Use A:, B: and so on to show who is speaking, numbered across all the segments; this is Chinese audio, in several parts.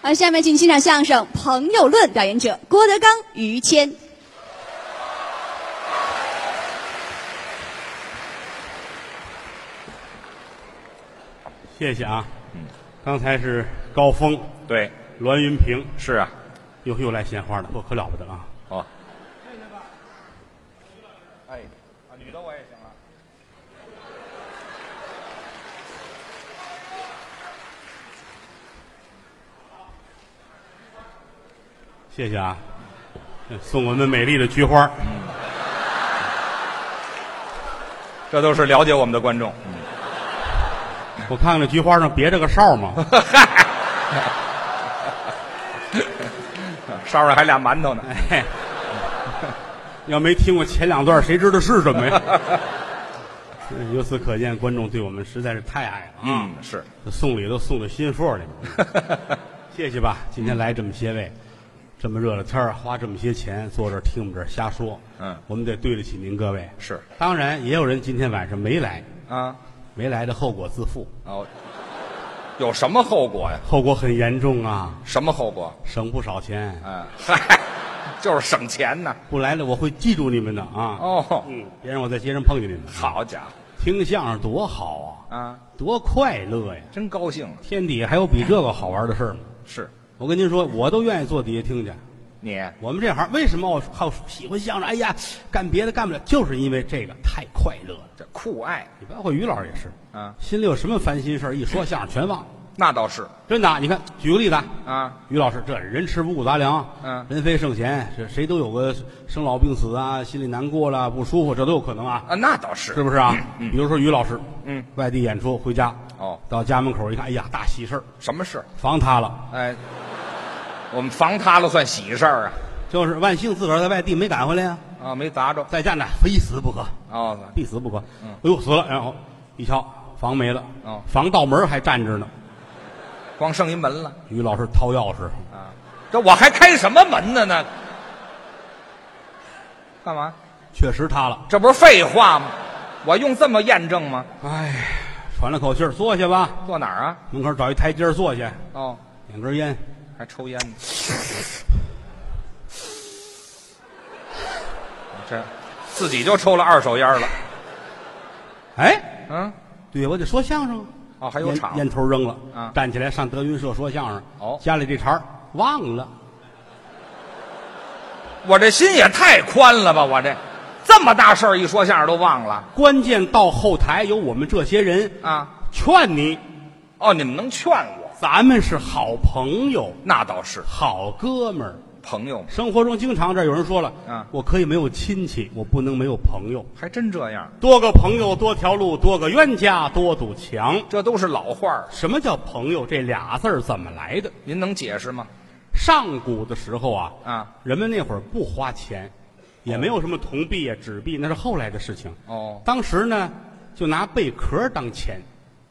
A: 啊，下面请欣赏相声《朋友论》，表演者郭德纲、于谦。
B: 谢谢啊。
C: 嗯
B: 刚才是高峰、
C: 对，
B: 栾云平，
C: 是啊，
B: 又又来鲜花了，可可了不得啊！
C: 哦。哎，啊，女的我也行了。
B: 谢谢啊，送我们美丽的菊花。
C: 这都是了解我们的观众。
B: 我看看这菊花上别着个哨吗？
C: 梢上还俩馒头呢。
B: 哎，要没听过前两段，谁知道是什么呀？ 嗯由此可见，观众对我们实在是太爱了啊！
C: 嗯，是。
B: 这送礼都送到心腹里边了，谢谢吧。今天来这么些位，这么热的天儿，花这么些钱坐这儿听我们这儿瞎说，
C: 嗯
B: 我们得对得起您各位。
C: 是
B: 当然也有人今天晚上没来，
C: 啊，
B: 没来的后果自负，
C: 哦，有什么后果呀？
B: 后果很严重啊，
C: 什么后果？
B: 省不少钱。
C: 嗯，嗨， 就是省钱呢。
B: 不来了，我会记住你们的啊。
C: 哦，
B: 嗯，别让我在街上碰见你们。
C: 好家
B: 听相声多好
C: 伙
B: 啊，
C: 啊，
B: 多快乐呀！
C: 真高兴啊！
B: 天底下还有比这个好玩的事儿吗？
C: 是
B: 我跟您说，我都愿意坐底下听去。
C: 你
B: 我们这行为什么我好喜欢相声？哎呀，干别的干不了，就是因为这个太快乐了。
C: 这酷爱
B: 你包括于老师也是，
C: 啊，
B: 心里有什么烦心事儿，一说相声全忘了。
C: 那倒是
B: 真的啊，你看，举个例子啊，
C: 啊，
B: 于老师这人吃五谷杂粮，
C: 嗯
B: 人非圣贤，这谁都有个生老病死啊，心里难过了，不舒服，这都有可能啊。
C: 啊，那倒
B: 是
C: 是
B: 不是啊？比如说于老师，
C: 嗯，
B: 外地演出回家，
C: 哦
B: 到家门口一看，哎呀，大喜事儿，
C: 什么事？
B: 房塌了，
C: 哎，我们房塌了算喜事儿啊
B: 就是万幸自个儿在外地没赶回来呀、
C: 啊，没砸着
B: 在家呢，非死不可，
C: 哦，
B: 必死不可。哎呦，死了，然后一瞧，房没了，
C: 哦
B: 防盗门还站着呢。
C: 光剩一门了
B: 于老师掏钥匙，
C: 啊，这我还开什么门呢？那干嘛？
B: 确实塌了，
C: 这不是废话吗？我用这么验证吗？
B: 哎，喘了口气儿，坐下吧，
C: 坐哪儿啊？
B: 门口找一台阶儿坐下，
C: 哦，
B: 点根烟，
C: 还抽烟呢。这自己就抽了二手烟了。
B: 哎，
C: 嗯，
B: 对我得说相声啊。
C: 哦，还有
B: 烟
C: 场
B: 烟头扔了，
C: 啊
B: 站起来上德云社说相声。
C: 哦
B: 家里这茬儿忘了，
C: 我这心也太宽了吧！我这这么大事儿一说相声都忘了
B: 关键到后台有我们这些人
C: 啊。
B: 劝你，
C: 哦，你们能劝我，
B: 咱们是好朋友、
C: 那倒是
B: 好哥们儿。
C: 朋友嘛，
B: 生活中经常这儿有人说了，
C: 啊
B: 我可以没有亲戚，我不能没有朋友。
C: 还真这样。
B: 多个朋友多条路，多个冤家多堵墙。
C: 这都是老话儿，
B: 什么叫朋友？这俩字儿怎么来的？
C: 您能解释吗？
B: 上古的时候啊，
C: 啊，
B: 人们那会儿不花钱，也没有什么铜币啊、纸币，那是后来的事情。
C: 哦，
B: 当时呢，就拿贝壳当钱，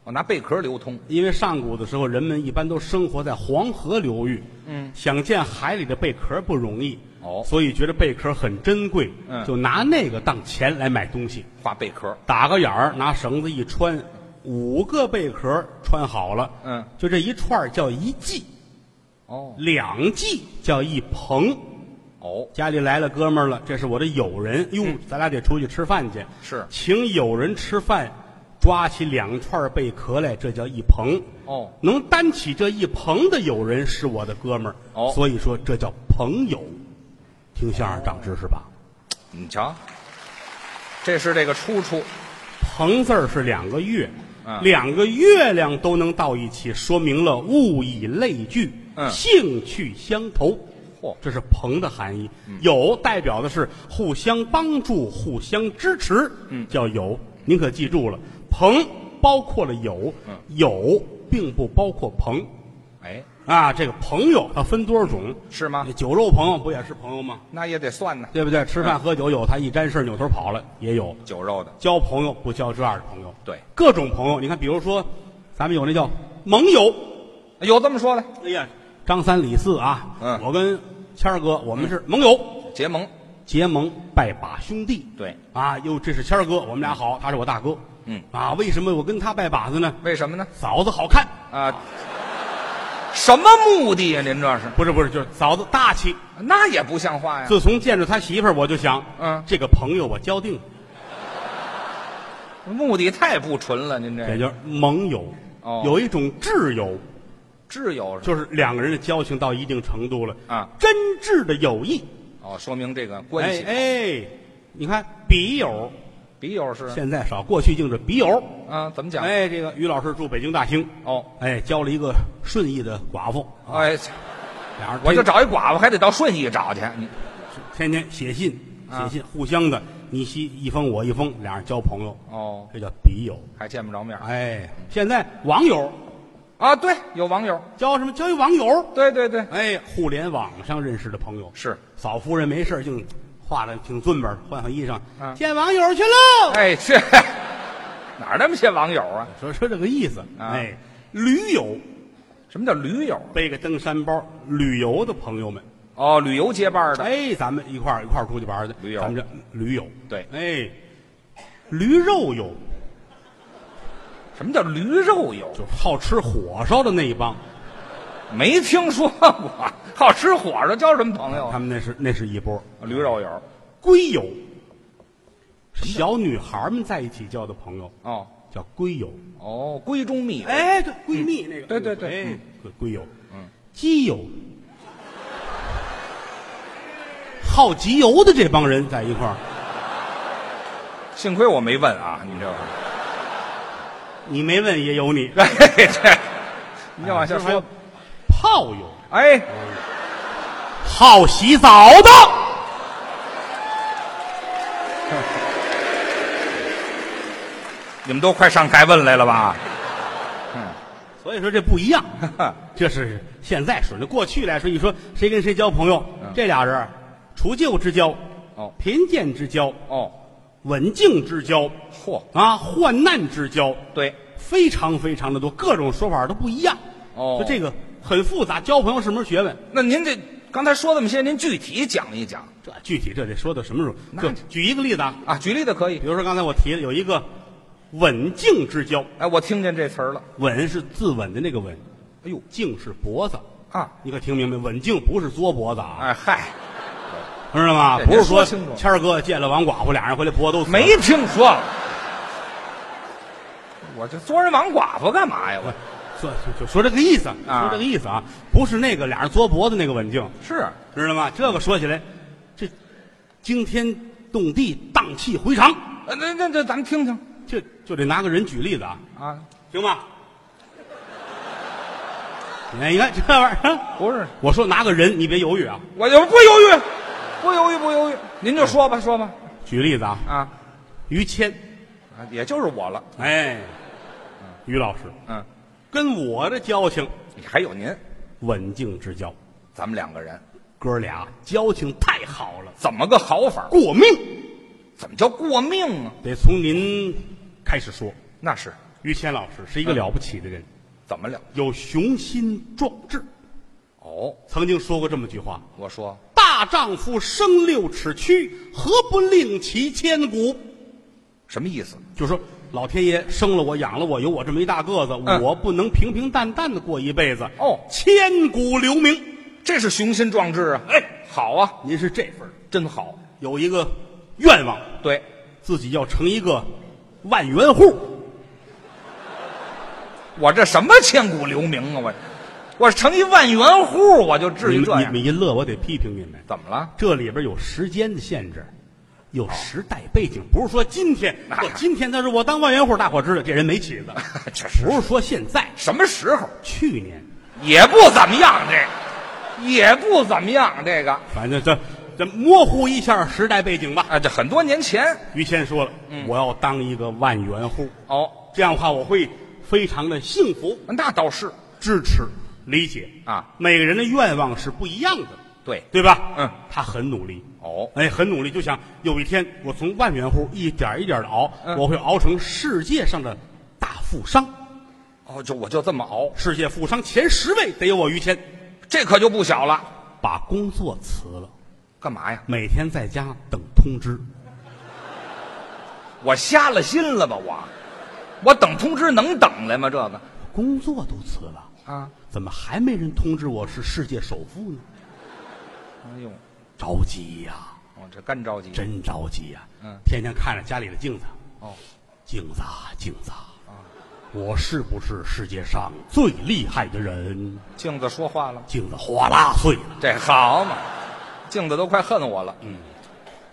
C: 我哦拿贝壳流通。
B: 因为上古的时候，人们一般都生活在黄河流域，
C: 嗯，
B: 想见海里的贝壳不容易，
C: 哦
B: 所以觉得贝壳很珍贵，
C: 嗯
B: 就拿那个当钱来买东西，
C: 画贝壳，
B: 打个眼儿，拿绳子一穿，五个贝壳穿好了，
C: 嗯，
B: 就这一串儿叫一季，
C: 哦
B: 两季叫一棚。
C: 哦，
B: 家里来了哥们儿了，这是我的友人，哟，咱俩得出去吃饭去。
C: 是
B: 请友人吃饭，抓起两串贝壳来，这叫一捧。
C: 哦，
B: 能担起这一捧的友人是我的哥们儿，
C: 哦
B: 所以说这叫朋友。听相声长知识吧？
C: 你瞧，这是这个出处。
B: 朋字儿是两个月，
C: 嗯
B: 两个月亮都能到一起，说明了物以类聚，
C: 嗯
B: 兴趣相投。
C: 嚯嗯
B: 这是“朋”的含义。友代表的是互相帮助、互相支持，
C: 嗯
B: 叫友。您可记住了，朋包括了友，
C: 嗯
B: 友并不包括朋
C: 哎，
B: 啊。这个朋友它分多少种？
C: 是吗
B: 那？酒肉朋友不也是朋友吗？
C: 那也得算呢，
B: 对不对？
C: 嗯
B: 吃饭喝酒有他一沾事儿扭头跑了也有。
C: 酒肉的。
B: 交朋友不交这样的朋友，
C: 对，
B: 各种朋友。你看，比如说，咱们有那叫盟友，
C: 有这么说的，
B: 哎呀，张三李四啊，
C: 嗯
B: 我跟谦儿哥，我们是盟友，
C: 结盟。
B: 结盟拜把兄弟。
C: 对，
B: 啊，哟，这是谦儿哥，我们俩好，他是我大哥。
C: 嗯
B: 啊，为什么我跟他拜把子呢？
C: 为什么呢？
B: 嫂子好看，
C: 啊，什么目的呀、您这是？
B: 不是不是，就是嫂子大气。
C: 那也不像话呀！
B: 自从见着他媳妇儿，我就想，
C: 哎嗯
B: 这个朋友我交定了，
C: 目的太不纯了，您
B: 也
C: 这
B: 就是盟友。
C: 哎哦
B: 有一种挚友，
C: 挚友是吧
B: 就是两个人的交情到一定程度了，
C: 啊？
B: 真挚的友谊。
C: 哦，说明这个关系。
B: 哎哎，你看笔友，
C: 笔友是
B: 现在少，过去净是笔友。
C: 啊？怎么讲？
B: 哎，这个于老师住北京大兴，
C: 哦，
B: 哎，交了一个顺义的寡妇，
C: 哎，
B: 俩人
C: 我就
B: 天
C: 找一寡妇，还得到顺义找去。你
B: 天天写信，
C: 啊
B: 写信互相的，你吸一封我一封，俩人交朋友，
C: 哦，
B: 这叫笔友。
C: 还见不着面儿
B: 哎，现在网友
C: 啊？对，有网友，
B: 交什么？交一网友。
C: 对对对，
B: 哎，互联网上认识的朋友，
C: 是。
B: 嫂夫人没事儿净画的挺尊本儿，换换衣裳，
C: 嗯
B: 见网友去喽。
C: 哎，这 哪儿那么些网友啊？
B: 说说这个意思。
C: 啊
B: 哎，驴友
C: 什么叫驴友？
B: 背个登山包，旅游的朋友们，
C: 哦，旅游结伴儿的。
B: 哎，咱们一块儿一块儿出去玩儿去。
C: 驴友
B: 咱们这驴友，
C: 对
B: 哎，驴肉友
C: 什么叫驴肉友？
B: 就好吃火烧的那一帮，
C: 没听说过，好吃火烧交什么朋友
B: 他
C: 啊？
B: 们那是那是一波
C: 驴肉友。
B: 龟友，小女孩们在一起交的朋友
C: 哦
B: 叫龟友。
C: 哦，闺中密友。
B: 哎，对，闺蜜那个，
C: 对对对
B: 哎
C: 嗯，
B: 龟龟友，
C: 嗯，
B: 基友，好集邮的这帮人在一块儿，
C: 幸亏我没问啊，你这玩意儿。
B: 你没问也有你。
C: 哎，这你要往下
B: 这还有
C: 说。
B: 炮友，
C: 哎，
B: 好洗澡的，
C: 你们都快上台问来了吧？
B: 所以说这不一样。
C: 哈
B: 这是现在说的，过去来说，一说谁跟谁交朋友，
C: 嗯
B: 这俩人儿除旧之交，
C: 哦
B: 贫贱之交，
C: 哦，
B: 刎颈之交，
C: 嚯，
B: 啊，患难之交，
C: 对，
B: 非常非常的多，各种说法都不一样。
C: 哦
B: 就这个很复杂，交朋友是门学问。
C: 那您这刚才说这么些，您具体讲一讲
B: 这具体这得说到什么时候？
C: 那
B: 就举一个例子啊，
C: 啊？举例的可以
B: 比。如说刚才我提了有一个刎颈之交，
C: 哎，我听见这词儿了。
B: 刎是自刎的那个刎，
C: 哎呦
B: 颈是脖子。
C: 啊，
B: 你可听明白？刎颈不是作脖子啊，
C: 哎嗨，
B: 知道吗？
C: 这
B: 不是
C: 您说清楚
B: 谦儿哥见了王寡妇，俩人回来脖子都死了
C: 没听说过。我这作人王寡妇干嘛呀？我
B: 说就就说这个意思，
C: 啊
B: 说这个意思啊，不是那个俩人作脖子那个刎颈，
C: 是啊
B: 知道吗？这个说起来，这惊天动地、荡气回肠，
C: 呃那那那咱们听听
B: 就就得拿个人举例子啊，
C: 啊，
B: 行吗？ 哎，你看这玩意儿，
C: 不是，
B: 我说拿个人，你别犹豫啊。
C: 我就不犹豫，不犹豫，不犹豫，您就说吧，说吧
B: 举例子啊，
C: 啊，
B: 于谦，
C: 啊也就是我了，
B: 哎，于老师
C: 嗯，
B: 跟我的交情，
C: 还有您，
B: 刎颈之交，
C: 咱们两个人
B: 哥俩交情太好了，
C: 怎么个好法？
B: 过命，
C: 怎么叫过命啊？
B: 得从您开始说。
C: 那是
B: 于谦老师是一个了不起的人，
C: 怎么了？
B: 有雄心壮志。
C: 哦，
B: 曾经说过这么句话
C: 我说：“
B: 大丈夫生六尺躯，何不令其千古
C: 什么意思？”
B: 就说老天爷生了我，养了我，有我这么一大个子，
C: 嗯
B: 我不能平平淡淡的过一辈子
C: 哦
B: 千古留名。
C: 这是雄心壮志啊！哎，好啊，
B: 您是这份儿
C: 真好。
B: 有一个愿望，
C: 对，
B: 自己要成一个万元户。
C: 我这什么千古留名啊？我，我成一万元户，我就至
B: 你
C: 于
B: 们
C: 这
B: 你
C: 样？
B: 们一乐，我得批评你们。
C: 怎么了？
B: 这里边有时间的限制，有时代背景，不是说今天，我今天他说我当万元户，大伙知道这人没起 子，
C: 这是
B: 不是说现在，
C: 什么时候？
B: 去年，
C: 也不怎么样，这也不怎么样，这个
B: 反正这这模糊一下时代背景吧。
C: 啊，这很多年前
B: 于谦说了，
C: 嗯
B: 我要当一个万元户，
C: 哦，
B: 这样的话我会非常的幸福。
C: 那倒是
B: 支持、理解
C: 啊，
B: 每个人的愿望是不一样的，
C: 对
B: 对吧？
C: 嗯，
B: 他很努力。
C: 哦，
B: 哎，很努力，就想有一天我从万元户一点一点的熬，
C: 嗯
B: 我会熬成世界上的大富商，
C: 哦，就我就这么熬，
B: 世界富商前十位得有我于谦。
C: 这可就不小了。
B: 把工作辞了，
C: 干嘛呀？
B: 每天在家等通知。
C: 我瞎了心了吧？我，我等通知能等来吗？这个
B: 工作都辞了，
C: 啊！
B: 怎么还没人通知我是世界首富呢？
C: 哎呦，
B: 着急呀、
C: 我这干着急。
B: 真着急呀、
C: 嗯
B: 天天看着家里的镜子，
C: 哦，
B: 镜子啊，镜子啊，我是不是世界上最厉害的人？
C: 镜子说话了，
B: 镜子哗啦碎了。
C: 这好嘛，镜子都快恨我了。嗯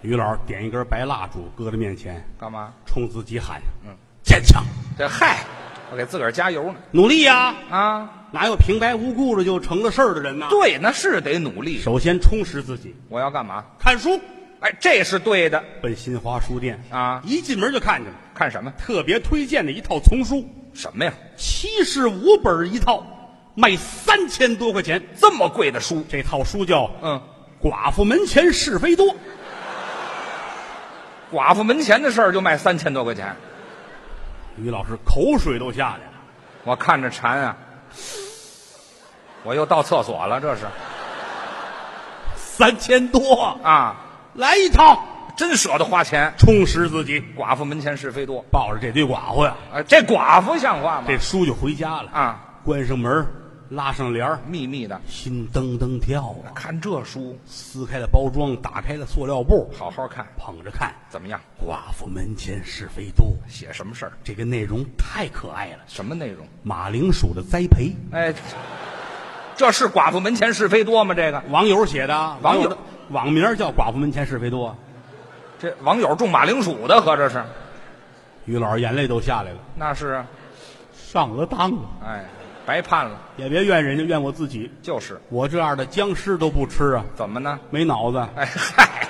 B: 于老师点一根白蜡烛搁在面前，
C: 干嘛？
B: 冲自己喊：“
C: 嗯，
B: 坚强，
C: 这嗨，我给自个儿加油呢
B: 努力呀、
C: 啊！
B: 哪有平白无故的就成了事儿的人呢？
C: 对，那是得努力。
B: 首先充实自己，
C: 我要干嘛？
B: 看书，
C: 哎，这是对的
B: 奔新华书店
C: 啊！
B: 一进门就看见了，
C: 看什么？
B: 特别推荐的一套丛书，
C: 什么呀？
B: 七十五本一套，卖三千多块钱。
C: 这么贵的书？
B: 这套书叫《
C: 嗯，
B: 寡妇门前是非多》，
C: 寡妇门前的事儿就卖三千多块钱，
B: 于老师口水都下来了。
C: 我看着馋啊！我又到厕所了，这是
B: 三千多，
C: 啊，
B: 来一套，
C: 真舍得花钱。
B: 充实自己。
C: 寡妇门前是非多，
B: 抱着这堆寡妇呀，
C: 哎，这寡妇像话吗？
B: 这书就回家了。
C: 啊，
B: 关上门儿，拉上帘儿，
C: 秘密的，
B: 心噔噔跳啊！
C: 看这书，
B: 撕开了包装，打开了塑料布，
C: 好好看，
B: 捧着看。
C: 怎么样？
B: 寡妇门前是非多，
C: 写什么事儿？
B: 这个内容太可爱了。
C: 什么内容？
B: 马铃薯的栽培，
C: 哎，这是寡妇门前是非多吗？这个
B: 网友写的啊，
C: 网友
B: 的网名叫“寡妇门前是非多啊
C: 这网友种马铃薯的，合着是？”。
B: 于老师眼泪都下来了，
C: 那是啊，
B: 上了当了。
C: 哎，白盼了，
B: 也别怨人家，怨我自己。
C: 就是
B: 我这样的僵尸都不吃啊，
C: 怎么呢？
B: 没脑子。
C: 哎嗨，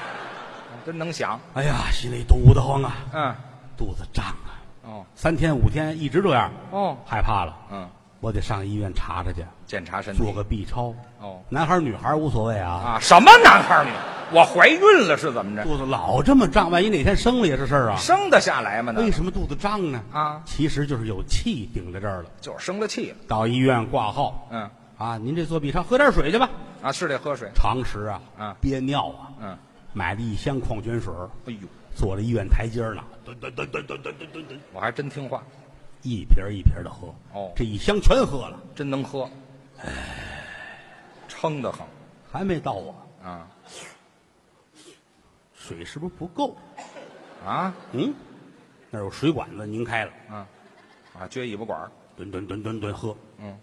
C: 真能想，
B: 哎呀，心里堵得慌啊，
C: 嗯，
B: 肚子胀啊，
C: 哦
B: 三天五天一直这样，
C: 哦，
B: 害怕了，
C: 嗯，
B: 我得上医院查查去，
C: 检查身体，
B: 做个 B 超。
C: 哦
B: 男孩儿女孩儿无所谓啊，
C: 啊，什么男孩儿女？我怀孕了是怎么着？
B: 肚子老这么胀，万一哪天生了也是事儿啊。
C: 生得下来吗？那
B: 为什么肚子胀呢？
C: 啊，
B: 其实就是有气顶在这儿了。
C: 就是生了气了，
B: 到医院挂号
C: 嗯
B: 啊，您这做 B 超，喝点水去吧。
C: 啊，是得喝水，
B: 常识啊，
C: 啊
B: 憋尿啊，
C: 嗯，
B: 买了一箱矿泉水儿，
C: 哎呦，
B: 坐在医院台阶儿呢，噔噔噔噔噔噔噔噔噔，
C: 我还真听话，
B: 一瓶儿一瓶的喝。
C: 哦
B: 这一箱全喝了，
C: 真能喝，哎撑得很
B: 还没到我，
C: 啊
B: 水是不是不够？
C: 啊
B: 嗯，那儿有水管子拧开了，
C: 啊啊，撅尾巴管儿
B: 吨吨吨吨吨喝。
C: 嗯，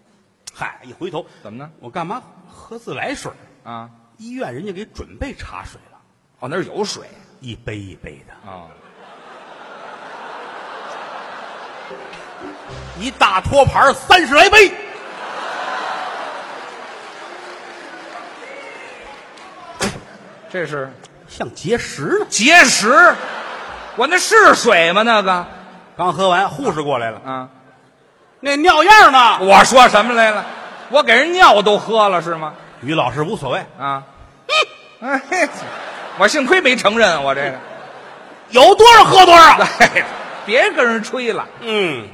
B: 嗨，一回头，
C: 怎么呢？
B: 我干嘛喝自来水儿？
C: 啊，
B: 医院人家给准备茶水了，
C: 哦，那儿有水
B: 一杯一杯的。
C: 啊，
B: 一大托盘三十来杯，
C: 这是
B: 像结石呢。
C: 结石，我那是水吗？那个
B: 刚喝完，护士过来了，
C: 啊，
B: 那尿样呢？
C: 我说什么来了？我给人尿都喝了是吗？
B: 于老师无所谓，
C: 啊， 哎，嘿我幸亏没承认我这个，
B: 有多少喝多 少。
C: 哎，别跟人吹了，
B: 嗯，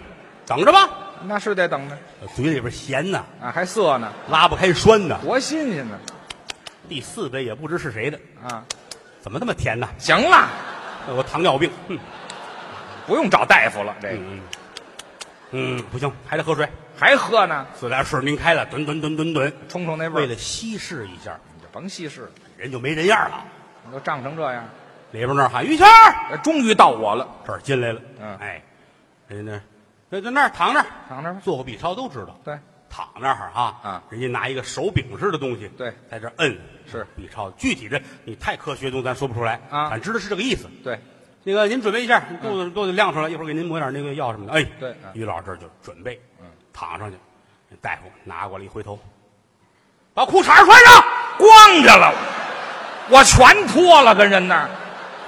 B: 等着吧，
C: 那是得等着
B: 嘴里边咸呢，
C: 啊，还涩呢，
B: 拉不开栓呢。
C: 多新鲜呢
B: 第四杯也不知是谁的，
C: 啊！
B: 怎么那么甜呢？
C: 行了，
B: 我糖尿病。嗯
C: 不用找大夫了，这个
B: 嗯嗯，不行，还得喝水。
C: 还喝呢，
B: 自来水拧开了，吨吨吨吨吨，
C: 冲冲那味
B: 为
C: 儿，
B: 了稀释一下，
C: 你就甭稀释了，
B: 人就没人样了。
C: 你都胀成这样，
B: 里边那儿喊于谦儿，
C: 哎终于到我了，
B: 这儿进来了。
C: 嗯
B: 哎，人家那儿在在那儿躺那儿，
C: 躺那儿吧，
B: 做过 B 超都知道，
C: 对，
B: 躺那儿啊，
C: 啊
B: 人家拿一个手柄似的东西，
C: 对
B: 在这儿摁，
C: 是
B: B 超。具体的你太科学的东西咱说不出来
C: 啊
B: 咱知道是这个意思。
C: 对，
B: 那个您准备一下，肚子肚子亮出来，一会儿给您抹点那个药什么的。哎，
C: 嗯对嗯
B: 于老师这儿就准备，躺上去，大夫拿过来一回头，把裤衩穿上，
C: 光着了，我全脱了，跟人那儿，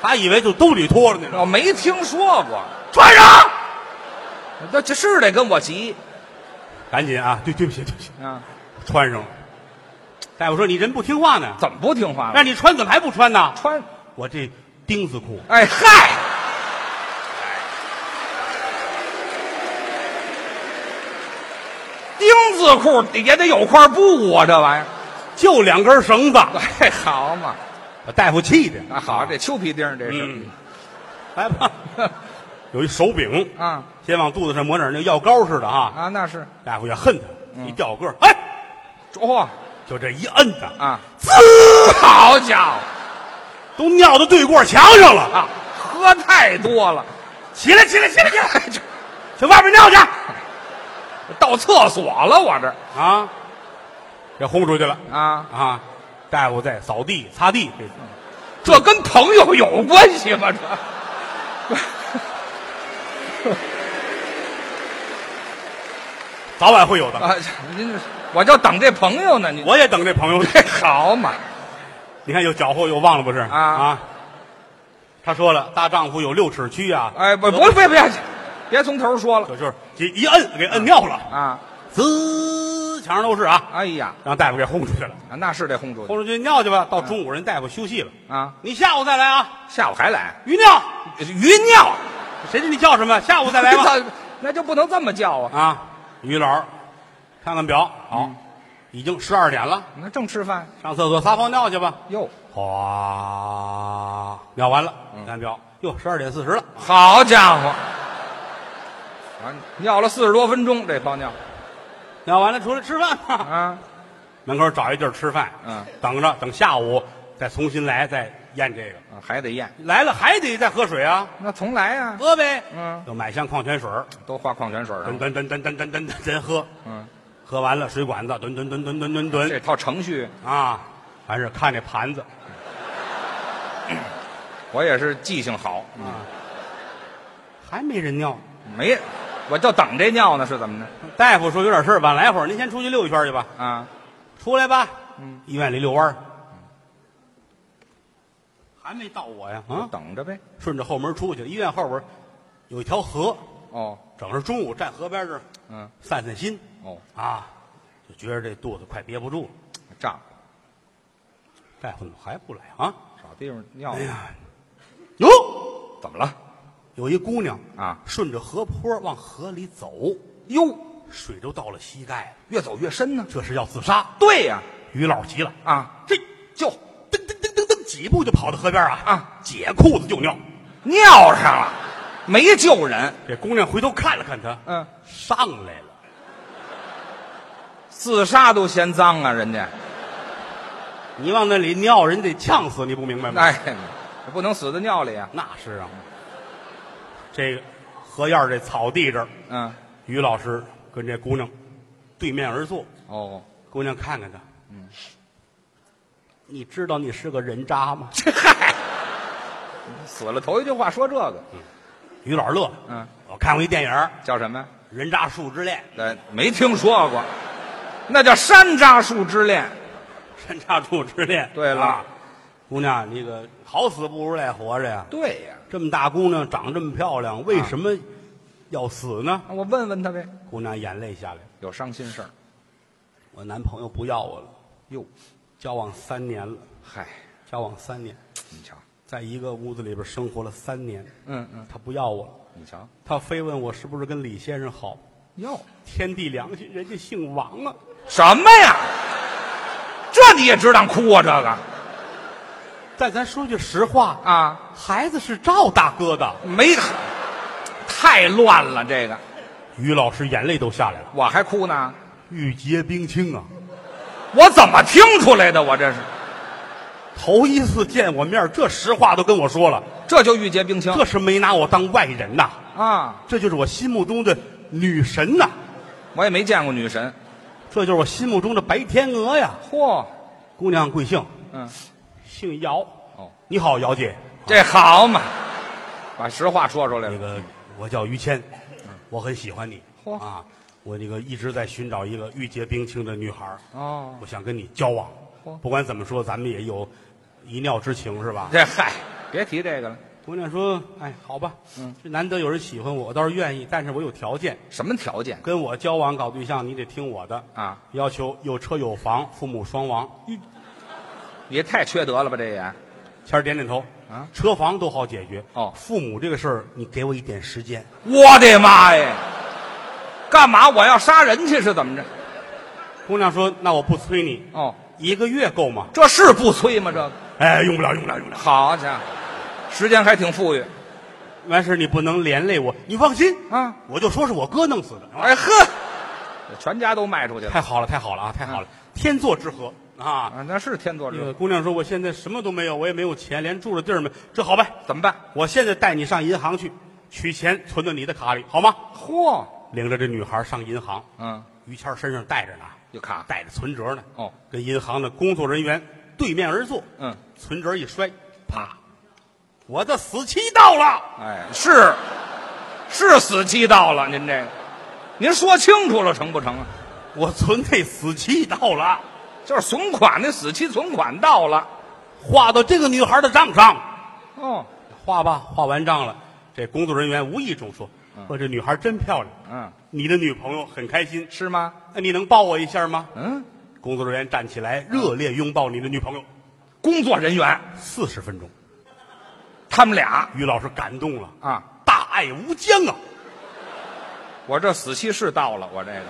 B: 他以为就兜里脱了呢，
C: 我没听说过，
B: 穿上，
C: 这这是得跟我急
B: 赶紧啊！对对不起对不起，
C: 啊，
B: 穿上了。大夫说你人不听话呢，
C: 怎么不听话了？
B: 让你穿怎么还不穿呢？
C: 穿，
B: 我这钉子裤。
C: 哎嗨，哎钉子裤也得有块布啊，这玩意儿，
B: 就两根绳 子，
C: 哎，好嘛，
B: 把大夫气的
C: 啊好，这秋皮钉儿这是
B: 嗯，来 吧，有一手柄，
C: 啊
B: 先往肚子上抹点那个药膏似的啊。
C: 啊，那是
B: 大夫也恨他，一掉个儿，哎，
C: 嚯、
B: 就这一摁呐，
C: 哦啊，好家伙
B: 都尿到对过墙上了。
C: 啊，喝太多 了，哎
B: 起来，起来，起来，起来，
C: 这
B: 去外边尿去
C: 到厕所了，我这
B: 啊！给轰出去了
C: 啊，
B: 啊！大夫在扫地、擦地，这
C: 这跟朋友有关系吗？这
B: 早晚会有的。
C: 啊，您这我就等这朋友呢，你
B: 我也等这朋友呢。
C: 好嘛，
B: 你看又搅和又忘了不是？
C: 啊
B: 他说了，大丈夫有六尺躯啊！
C: 哎，不不不别别别从头说了
B: 就就是一一摁给摁尿了，
C: 啊，
B: 滋，墙上都是啊，
C: 哎呀，
B: 让大夫给轰出去了。
C: 啊那是得轰出去
B: 轰出去尿去吧，到中午人大夫休息了，
C: 啊，
B: 你下午再来啊，
C: 下午还来
B: 余尿，
C: 余尿，
B: 谁知你叫什么？下午再来 吧。
C: 那，那就不能这么叫啊，
B: 啊，于老儿，看看表，好，
C: 嗯
B: 已经十二点了，
C: 那正吃饭
B: 上厕所撒泡尿去吧。
C: 哟，
B: 哗，尿完了，
C: 嗯
B: 看表，哟，十二点四十了。
C: 好家伙，啊，尿了四十多分钟这泡尿
B: 尿完了出来吃饭 吧，
C: 啊，
B: 门口找一地儿吃饭，
C: 嗯，
B: 等着等下午再重新来再验这个，
C: 啊还得验，
B: 来了还得再喝水啊，
C: 那重来呀、
B: 喝呗，
C: 嗯，
B: 又买箱矿泉水儿，
C: 都花矿泉水了
B: 吨，吨吨吨吨吨吨吨喝，
C: 嗯，
B: 喝完了水管子吨吨吨吨吨吨
C: 这
B: 吨
C: 套程序
B: 啊，还是看这盘子，
C: 我也是记性好，
B: 还没人尿。
C: 没，我就等这尿呢，是怎么着
B: 大夫说有点事儿，晚来会儿，您先出去溜一圈去吧。
C: 啊？
B: 出来吧，嗯，医院里遛弯儿，还没到我呀啊！
C: 等着呗。
B: 顺着后门出去，医院后边有一条河，
C: 哦，
B: 整着中午站河边这儿
C: 嗯，
B: 散散心
C: 哦，
B: 啊，就觉着这肚子快憋不住了。
C: 胀，
B: 大夫怎么还不来啊？
C: 找地方尿
B: 哎
C: 了，
B: 呀，哟，
C: 怎么了？
B: 有一姑娘
C: 啊
B: 顺着河坡往河里走，
C: 哟，
B: 水都到了膝盖了，
C: 越走越深呢。
B: 这是要自杀。
C: 对呀、
B: 于老急了，
C: 啊，
B: 这
C: 就
B: 噔噔噔噔噔几步就跑到河边啊
C: 啊，
B: 解裤子就尿。
C: 尿上了，没救人。
B: 这姑娘回头看了看他，
C: 嗯，
B: 上来了，
C: 自杀都嫌脏啊，人家。
B: 你往那里尿，人得呛死，你不明白吗？
C: 哎，不能死在尿里啊。
B: 那是啊。这个河沿儿这草地这儿，
C: 嗯，
B: 于老师跟这姑娘对面而坐，
C: 哦，
B: 姑娘看看他，嗯，你知道你是个人渣吗？
C: 死了头一句话说这个，
B: 于老师乐了，
C: 嗯，
B: 我看过一电影儿
C: 叫什么呀？
B: 《人渣树之恋
C: 呃，没听说过，那叫山楂树之恋。》，
B: 人渣树之恋。
C: 对了
B: 啊姑娘，那个好死不如赖活着呀！
C: 对呀、
B: 这么大姑娘长这么漂亮，为
C: 啊
B: 什么要死呢？
C: 那我问问他呗，
B: 姑娘眼泪下来，
C: 有伤心事儿。
B: 我男朋友不要我了，
C: 哟，
B: 交往三年了，
C: 嗨，
B: 交往三年，
C: 你瞧，
B: 在一个屋子里边生活了三年，
C: 嗯嗯，
B: 他不要我了，
C: 你瞧，
B: 他非问我是不是跟李先生好，
C: 哟，
B: 天地良心，人家姓王啊，
C: 什么呀？这你也值当哭啊？这个
B: 但咱说句实话，
C: 啊，
B: 孩子是赵大哥的。
C: 没，太乱了。这个
B: 于老师眼泪都下来了，
C: 我还哭呢，
B: 玉洁冰清啊，
C: 我怎么听出来的？我这是，
B: 头一次见我面，这实话都跟我说了，
C: 这就玉洁冰清
B: 这是没拿我当外人呐，
C: 啊！
B: 这就是我心目中的女神呐，
C: 我也没见过女神。
B: 这就是我心目中的白天鹅呀。
C: 嚯，
B: 姑娘贵姓？
C: 嗯，
B: 姓姚。
C: 哦，
B: 你好，姚姐。
C: 这好嘛，把实话说出来
B: 那
C: 了。
B: 个，我叫于谦，我很喜欢你
C: 嗯嚯
B: 啊。我这个一直在寻找一个玉洁冰清的女孩儿，
C: 哦，
B: 我想跟你交往
C: 嚯。嗯
B: 不管怎么说，咱们也有一尿之情是吧？
C: 这嗨，别提这个了。
B: 姑娘说：“哎，好吧，嗯，这难得有人喜欢我，我倒是愿意，但是我有条件，
C: 什么条件
B: 跟我交往搞对象，你得听我的，
C: 啊？
B: 要求有车有房，父母双亡。”
C: 也太缺德了吧？这也
B: 谦儿点点头
C: 啊
B: 车房都好解决
C: 哦
B: 父母这个事儿，你给我一点时间。
C: 我的妈呀！干嘛我要杀人去是怎么着？
B: 姑娘说：“那我不催你，
C: 哦，
B: 一个月够吗
C: 这是不催吗？这个？”
B: 哎，用不了，用不了，用不了。
C: 好家伙，时间还挺富裕
B: 完事儿你不能连累我，你放心
C: 啊！
B: 我就说是我哥弄死的。
C: 哎呵，全家都卖出去了
B: 太好了，太好了啊，太好了，天作之合啊！
C: 啊！那是天作之
B: 那个，
C: 合
B: 姑娘说：“我现在什么都没有，我也没有钱，连住的地儿没。这好办，
C: 怎么办？
B: 我现在带你上银行去取钱，存到你的卡里，好吗
C: 嚯，？”
B: 领着这女孩上银行，
C: 嗯，
B: 于谦儿身上带着呢，
C: 有卡
B: 带着存折呢。
C: 哦，
B: 跟银行的工作人员对面而坐，
C: 嗯，
B: 存折一摔，啪，我的死期到了。
C: 哎，是是死期到了，您这个，您说清楚了成不成啊？
B: 我存那死期到了，
C: 就是存款那死期存款到了，
B: 划到这个女孩的账上，
C: 哦，
B: 划吧，划完账了。这工作人员无意中说：“说这女孩真漂亮，
C: 嗯，
B: 你的女朋友很开心，
C: 是吗？
B: 那你能抱我一下吗
C: 嗯，？”
B: 工作人员站起来，热烈拥抱你的女朋友
C: 工作人员
B: 四十分钟。
C: 他们俩
B: 于老师感动了，
C: 啊，
B: 大爱无疆啊！
C: 我这死期是到了，我这个，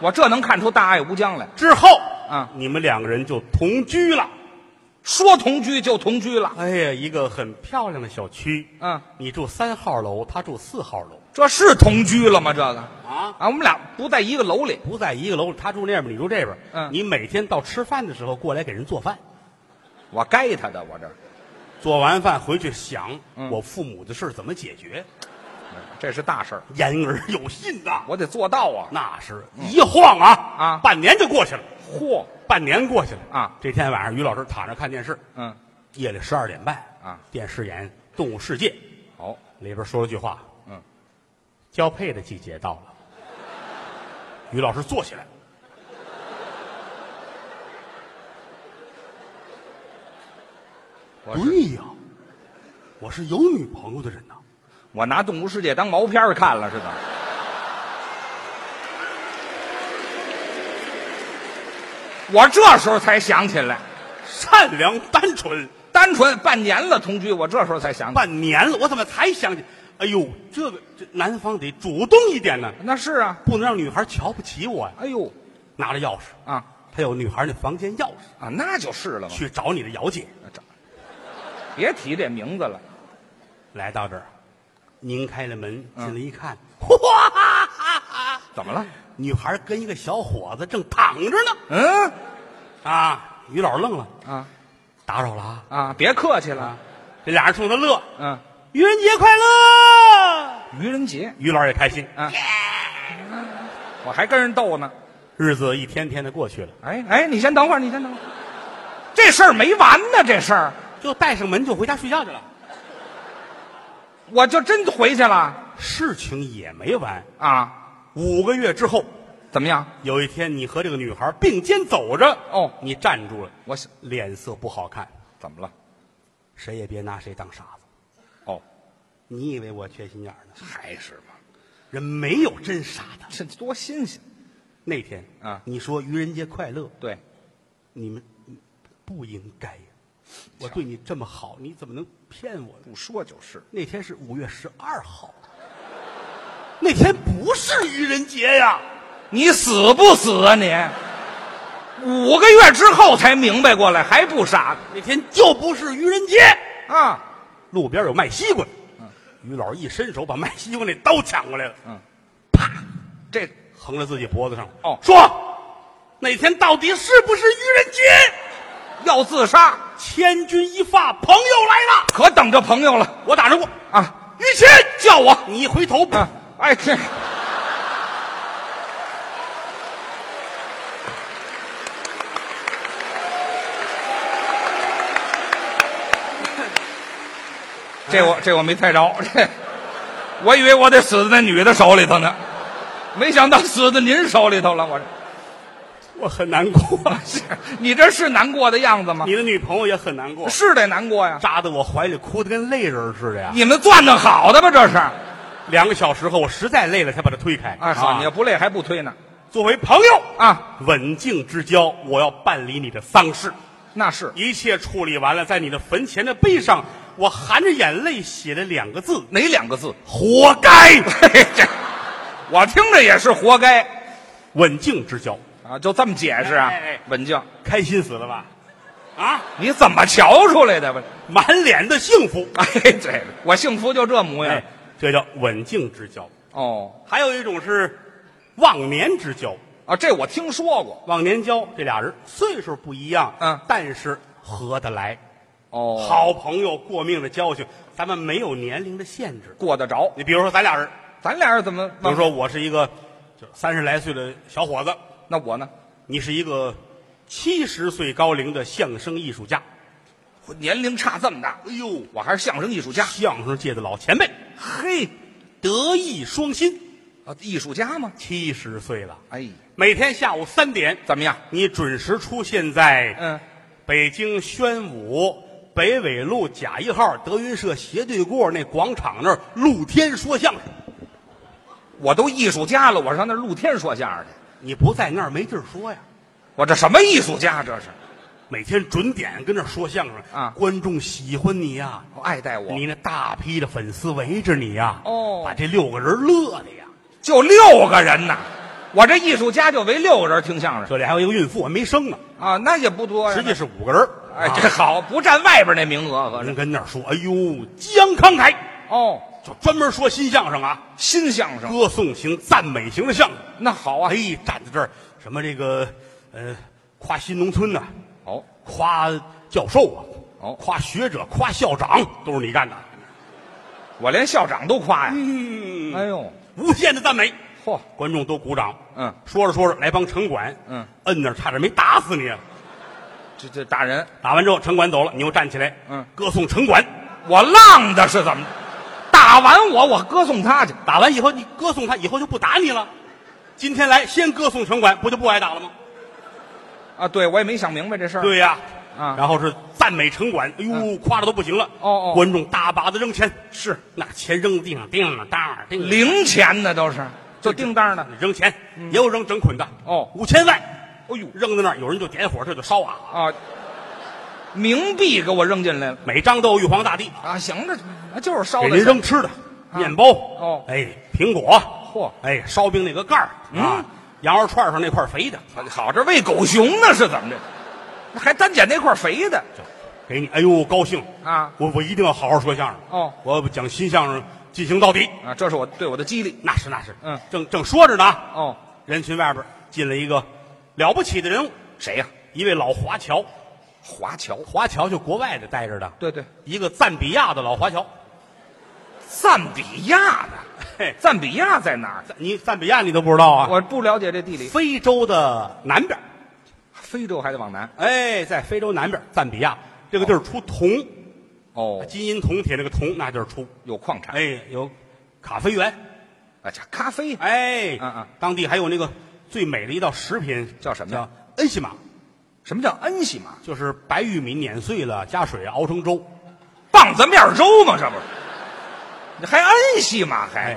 C: 我这能看出大爱无疆来。
B: 之后
C: 啊，
B: 你们两个人就同居了。
C: 说同居就同居了，
B: 哎呀，一个很漂亮的小区，
C: 嗯，
B: 你住三号楼，他住四号楼
C: 这是同居了吗？这个
B: 啊，
C: 啊，我们俩不在一个楼里，
B: 不在一个楼，他住那边，你住这边。
C: 嗯
B: 你每天到吃饭的时候过来给人做饭，
C: 我该他的，我这
B: 做完饭回去想、
C: 嗯
B: 我父母的事怎么解决，
C: 这是大事儿，
B: 言而有信呐、
C: 我得做到啊！
B: 那是一晃啊
C: 啊
B: 半年就过去了，
C: 嚯，
B: 半年过去了
C: 啊。
B: 这天晚上，于老师躺着看电视，
C: 嗯，
B: 夜里十二点半
C: 啊，
B: 电视演《动物世界》，
C: 好，
B: 里边说了句话，
C: 嗯，
B: 交配的季节到了。于老师坐起来，
C: 我是
B: 对呀、我是有女朋友的人呐、
C: 我拿《动物世界》当毛片儿看了似的。我这时候才想起来，
B: 善良单纯，
C: 单纯半年了同居，我这时候才想起来。
B: 半年了，我怎么才想起？哎呦，这个这男方得主动一点呢，
C: 那是啊，
B: 不能让女孩瞧不起我呀、
C: 哎呦
B: 拿着钥匙，
C: 啊
B: 他有女孩那房间钥匙，
C: 啊，那就是了嘛。
B: 去找你的姚姐。
C: 这别提这名字了，
B: 来到这儿，拧开了门，
C: 嗯
B: 进来一看， 哇哈哈哈！
C: 怎么了？
B: 女孩跟一个小伙子正躺着呢。
C: 嗯
B: 啊，于老师愣了，
C: 啊
B: 打扰了啊！
C: 啊，别客气了
B: 啊。，这俩人冲他乐，
C: 嗯，
B: 愚人节快乐！
C: 愚人节，
B: 于老师也开心。
C: 啊我还跟人斗呢。
B: 日子一天天的过去了，
C: 哎哎，你先等会儿，你先等会儿，这事儿没完呢，这事儿，
B: 就带上门就回家睡觉去了。
C: 我就真回去了
B: 事情也没完，
C: 啊？
B: 五个月之后，
C: 怎么样？
B: 有一天你和这个女孩并肩走着，
C: 哦
B: 你站住了，
C: 我想
B: 脸色不好看，
C: 怎么了？
B: 谁也别拿谁当傻子。
C: 哦，
B: 你以为我缺心眼儿呢？
C: 还是嘛，
B: 人没有真傻的。
C: 这多新鲜！
B: 那天
C: 啊
B: 你说愚人节快乐，
C: 对，
B: 你们不应该呀！我对你这么好，你怎么能骗我呢？
C: 不说就是，
B: 那天是五月十二号，那天不是愚人节呀！
C: 你死不死啊你？五个月之后才明白过来，还不傻
B: 那天就不是愚人节。
C: 啊？
B: 路边有卖西瓜的，
C: 嗯
B: 于老师一伸手把卖西瓜那刀抢过来了，
C: 这
B: 横在自己脖子上。
C: 哦
B: 说那天到底是不是愚人节？
C: 要自杀，
B: 千钧一发，朋友来了，
C: 可等着朋友了
B: 我打着过。
C: 啊！
B: 于谦叫我，你一回头，
C: 啊，哎这。这我这我没猜着，这我以为我得死在那女的手里头呢，没想到死在您手里头了。我这
B: 我很难过，
C: 是你这是难过的样子吗？
B: 你的女朋友也很难过，
C: 是得难过呀。
B: 扎在我怀里，哭得跟泪人似的呀。
C: 你们攥的好的吧？这是啊，
B: 两个小时后，我实在累了，才把他推开。
C: 好，你要
B: 啊
C: 不累还不推呢
B: 作为朋友，
C: 啊？
B: 刎颈之交，我要办理你的丧事，
C: 那是
B: 一切处理完了，在你的坟前的碑上，我含着眼泪写了两个字：
C: 哪两个字？
B: 活该。
C: 嘿这 我听着也是活该
B: 刎颈之交，
C: 啊，就这么解释啊
B: 哎哎哎。
C: 文静，
B: 开心死了吧？啊，
C: 你怎么瞧出来的吧？
B: 满脸的幸福。
C: 哎，对，
B: 啊哎
C: 我幸福就这模样
B: 哎，这叫刎颈之交。
C: 哦。
B: 还有一种是忘年之交。
C: 啊，这我听说过
B: 忘年交这俩人岁数不一样，
C: 嗯
B: 但是合得来，
C: 哦好
B: 好朋友过命的交情，咱们没有年龄的限制。
C: 过得着。
B: 你比如说咱俩人，
C: 咱俩人怎么？
B: 比如说我是一个就三十来岁的小伙子，
C: 那我呢？
B: 你是一个七十岁高龄的相声艺术家，
C: 我年龄差这么大，哎呦，我还是相声艺术家。
B: 相声界的老前辈，
C: 嘿，
B: 德艺双馨，
C: 啊，艺术家吗？
B: 七十岁了。
C: 哎，
B: 每天下午三点，
C: 怎么样？
B: 你准时出现在
C: 嗯，
B: 北京宣武北纬路甲一号德云社斜对过那广场那儿露天说相声。
C: 我都艺术家了，我上那儿露天说相声去。
B: 你不在那儿没地儿说呀，
C: 我这什么艺术家？这是，
B: 每天准点跟那儿说相声
C: 啊
B: 观众喜欢你呀、
C: 我哦爱戴我，
B: 你那大批的粉丝围着你呀、
C: 哦
B: 把这六个人乐的呀。
C: 就六个人呐，我这艺术家就为六个人听相声
B: 这里还有一个孕妇，还没生呢，
C: 啊，那也不多呀。
B: 实际是五个人。
C: 哎，
B: 啊
C: 这好，不占外边那名额，合
B: 人
C: 着。
B: 跟那儿说，哎呦，激昂慷慨，
C: 哦，
B: 就专门说新相声啊，
C: 新相声
B: 歌颂型、赞美型的相声。
C: 那好啊。
B: 哎，站在这儿，什么这个，呃，夸新农村呐、
C: 哦，
B: 夸教授啊，
C: 哦
B: 夸学者，夸校长，都是你干的。
C: 我连校长都夸呀。
B: 嗯，
C: 哎呦，
B: 无限的赞美，
C: 嚯，
B: 观众都鼓掌。
C: 嗯，
B: 说着说着，来帮城管，
C: 嗯，
B: 摁那儿差点没打死你。啊
C: 这这打人，
B: 打完之后，城管走了，你又站起来，
C: 嗯
B: 歌颂城管。
C: 我浪的是怎么？打完我，我歌颂他去。
B: 打完以后，你歌颂他，以后就不打你了。今天来先歌颂城管，不就不挨打了吗？
C: 啊，对，我也没想明白这事儿。
B: 对呀、
C: 啊
B: 然后是赞美城管，哎呦，夸的都不行了。
C: 哦哦
B: 观众大把的扔钱，是那钱扔地上，叮当当叮，
C: 零钱呢都是，就叮当的。
B: 扔钱，也有扔整捆的，
C: 哦
B: 五千万
C: 哎呦
B: 扔在那儿，有人就点火，这就烧啊。
C: 啊，冥币给我扔进来了
B: 每张都有玉皇大帝
C: 啊！行了，啊就是烧
B: 给
C: 的。
B: 您扔吃的，面包
C: 哦嗯
B: 哎，苹果
C: 嚯
B: 哎，烧饼那个盖儿啊，羊肉串上那块肥的，
C: 好，这喂狗熊呢是怎么着？那还单捡那块肥的
B: 给你，哎呦，高兴
C: 啊
B: 我我一定要好好说相声
C: 哦
B: 我要讲新相声进行到底。
C: 啊！这是我对我的激励。
B: 那是那是，
C: 嗯
B: 正正说着呢啊，
C: 哦，
B: 人群外边进了一个了不起的人物，
C: 谁呀、
B: 一位老华侨，
C: 华侨。
B: 华侨就国外的带着的，
C: 对对，
B: 一个赞比亚的老华侨。
C: 赞比亚
B: 嘿
C: 的，赞比亚在哪儿？
B: 你赞比亚你都不知道啊？
C: 我不了解这地理。
B: 非洲的南边，
C: 非洲还得往南。
B: 哎，在非洲南边，赞比亚这个地儿出铜，
C: 哦，
B: 金银铜铁那个铜那地儿出，
C: 有矿产。
B: 哎，有咖啡园，
C: 啊，这咖啡
B: 哎，
C: 嗯嗯
B: 当地还有那个最美的一道食品
C: 叫什么呀
B: 叫恩西玛，
C: 什么叫恩西玛？
B: 就是白玉米碾碎了加水熬成粥。
C: 棒子面粥吗？这不是？你还恩西玛还
B: 哎，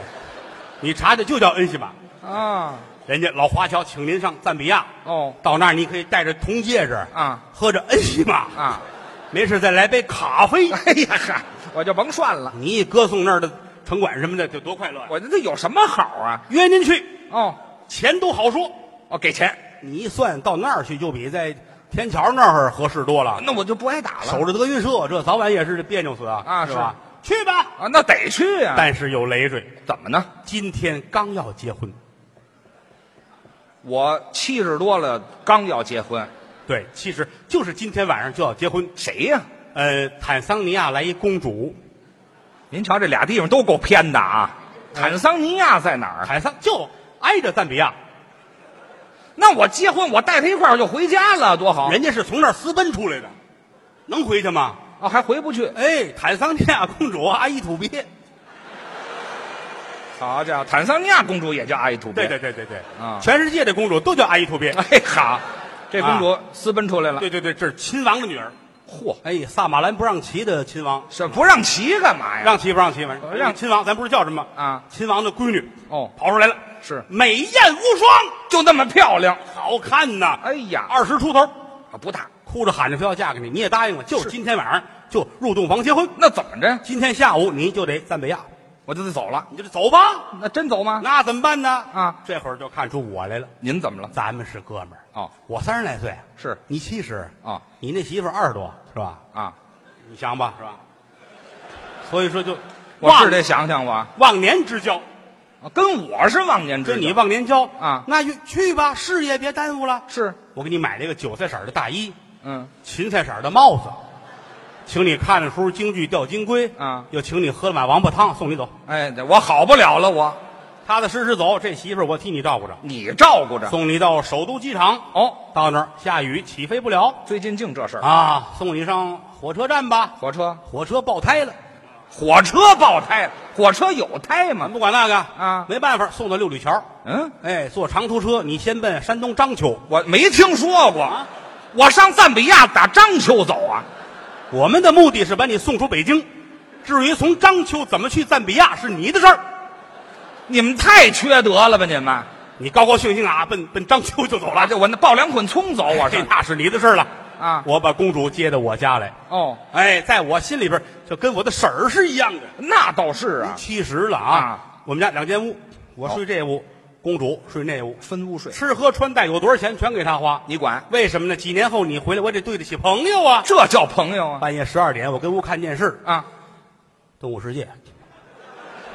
B: 你查查就叫恩西玛。
C: 啊？
B: 人家老华侨请您上赞比亚，
C: 哦
B: 到那儿你可以戴着铜戒指
C: 啊，
B: 喝着恩西玛
C: 啊，
B: 没事再来杯咖啡。
C: 哎呀哈，我就甭涮了。
B: 你一歌颂那儿的城管什么的，就多快乐呀！
C: 我这这有什么好啊？
B: 约您去，
C: 哦，
B: 钱都好说。
C: 哦，给钱，
B: 你一算到那儿去，就比在天桥那儿合适多了。
C: 那我就不挨打了
B: 守着德云社，这早晚也是别扭死啊！
C: 啊
B: 是吧？去吧。
C: 啊。那得去啊。
B: 但是有累赘，
C: 怎么呢？
B: 今天刚要结婚，
C: 我七十多了，刚要结婚，
B: 对，其实就是今天晚上就要结婚。
C: 谁呀、
B: 呃，坦桑尼亚来一公主，
C: 您瞧这俩地方都够偏的啊。坦桑尼亚在哪儿？
B: 坦桑就挨着赞比亚，
C: 那我结婚，我带他一块儿就回家了，多好！
B: 人家是从那儿私奔出来的，能回去吗？
C: 哦，还回不去。
B: 哎，坦桑尼亚公主阿依土鳖，
C: 好家伙，坦桑尼亚公主也叫阿依图
B: 对
C: 别。
B: 对对对对，
C: 啊
B: 全世界的公主都叫阿依土鳖，
C: 哎，好，这公主私奔出来了。
B: 啊对对对，这是亲王的女儿。
C: 嚯，
B: 哎，萨马兰不让骑的亲王，
C: 这不让骑干嘛呀？
B: 让骑不哎呃让骑，反正
C: 让
B: 亲王，咱不是叫什么
C: 啊
B: 亲王的闺女
C: 哦
B: 跑出来了，
C: 是
B: 美艳无双，
C: 就那么漂亮。
B: 好看呐！
C: 哎呀，
B: 二十出头，
C: 啊不大，
B: 哭着喊着非要嫁给你，你也答应了，就是
C: 是
B: 今天晚上就入洞房结婚。
C: 那怎么着？
B: 今天下午你就得赞比亚，
C: 我就得走了。
B: 你就得走吧。
C: 那真走吗？
B: 那怎么办呢？
C: 啊，
B: 这会儿就看出我来了。
C: 您怎么了？
B: 咱们是哥们儿
C: 哦，
B: 我三十来岁，
C: 是
B: 你七十
C: 啊，
B: 你那媳妇儿二十多是吧？
C: 啊，
B: 你想吧，是吧？所以说就
C: 我
B: 忘
C: 是得想想我
B: 忘年之交，
C: 啊跟我是忘年之
B: 跟
C: 交，
B: 你忘年交
C: 啊
B: 那就去吧，事业别耽误了。
C: 是，
B: 我给你买了一个韭菜色儿的大衣，
C: 嗯，
B: 芹菜色儿的帽子，请你看了书京剧《吊金龟》
C: 啊
B: 又请你喝了碗王八汤，送你走，
C: 哎，我好不了了，我
B: 踏踏实实走。这媳妇儿我替你照顾着，
C: 你照顾着。
B: 送你到首都机场。
C: 哦，
B: 到那儿下雨起飞不了
C: 最近净这事儿，
B: 啊，送你上火车站吧。
C: 火车，
B: 火车爆胎了，
C: 火车爆胎了，火车有胎
B: 咱
C: 吗？
B: 不管那个
C: 啊
B: 没办法，送到六里桥。
C: 嗯，
B: 哎，坐长途车，你先奔山东章丘。
C: 我没听说过，
B: 啊
C: 我上赞比亚打章丘走啊，
B: 我们的目的是把你送出北京，至于从章丘怎么去赞比亚是你的事儿，
C: 你们太缺德了吧你们！
B: 你高高兴兴啊，奔奔章丘就走
C: 我
B: 了，
C: 就我那抱两捆葱走，我
B: 这
C: 是
B: 那是你的事儿了。
C: 啊，
B: 我把公主接到我家来，
C: 哦，
B: 哎，在我心里边就跟我的婶儿是一样的。
C: 那倒是啊，
B: 七十了
C: 啊
B: 啊，我们家两间屋，我
C: 哦
B: 睡这屋，公主睡那屋，
C: 分屋睡，
B: 吃喝穿戴有多少钱全给她花。
C: 你管，
B: 为什么呢？几年后你回来，我得对得起朋友啊。
C: 这叫朋友啊
B: 半夜十二点，我跟屋看电视，
C: 啊！
B: 《动物世界》，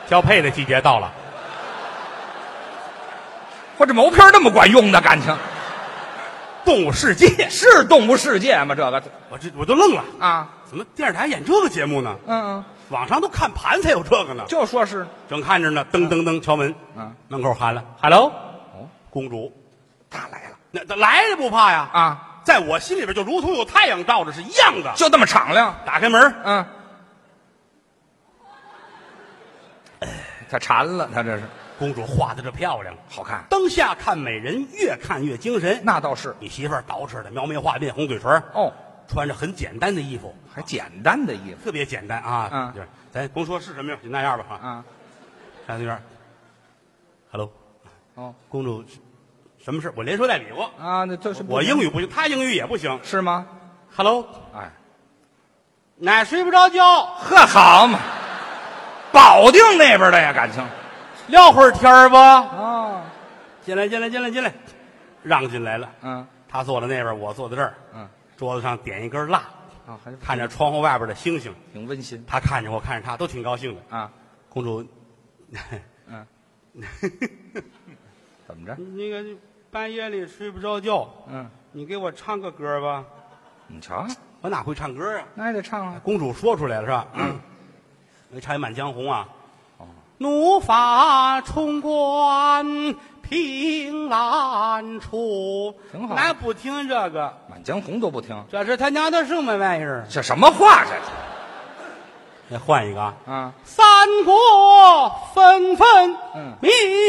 B: 交配的季节到了。
C: 或者毛片儿那么管用的感情，
B: 动物世界，
C: 是动物世界吗？这个
B: 我这我都愣了，
C: 啊，
B: 怎么电视台演这个节目呢？
C: 嗯嗯，
B: 网上都看盘才有这个呢。
C: 就说是
B: 正看着呢，噔噔噔，敲门，
C: 嗯，
B: 门口喊了，Hello，公
C: 哦
B: 主，
C: 他来了
B: 那那来了不怕呀？
C: 啊，
B: 在我心里边就如同有太阳照着是一样的。
C: 就这么敞亮，
B: 打开门，
C: 嗯。哎他馋了，他这是
B: 公主画的这漂亮，
C: 好看，
B: 灯下看美人，越看越精神。
C: 那倒是
B: 你媳妇儿捯饬的描眉画鬓，红嘴唇，
C: 哦，
B: 穿着很简单的衣服，
C: 还简单的衣服
B: 特别简单啊。
C: 嗯
B: 就是咱甭说是什么样，就那样吧哈。
C: 啊，
B: 上那边，Hello，
C: 哦
B: 公主，什么事？我连说带理过，
C: 啊，那这是
B: 我英语不行，她英语也不行。
C: 是吗？
B: Hello，
C: 哎，
B: 奶睡不着觉，
C: 呵，好嘛，保定那边的呀，感情
B: 聊会儿天儿吧。
C: 哦，
B: 进来，进来，进来，进来，让进来了。
C: 嗯
B: 他坐在那边，我坐在这儿。
C: 嗯，
B: 桌子上点一根蜡，
C: 啊，还是
B: 看着窗户外边的星星。
C: 挺温馨
B: 他看着我，看着他，都挺高兴的。
C: 啊。
B: 公主，
C: 嗯，怎么着？
B: 那个半夜里睡不着觉，
C: 嗯，
B: 你给我唱个歌吧。
C: 你瞧，
B: 我哪会唱歌啊？
C: 那也得唱啊。
B: 公主说出来了是吧？没唱一《满江红》啊。怒发冲冠，凭栏处。
C: 挺好
B: 咱不听这个，
C: 《满江红》都不听，
B: 这是他娘的什么玩意儿？
C: 这什么话这是
B: 再换一个啊！
C: 啊？
B: 三国纷纷，
C: 嗯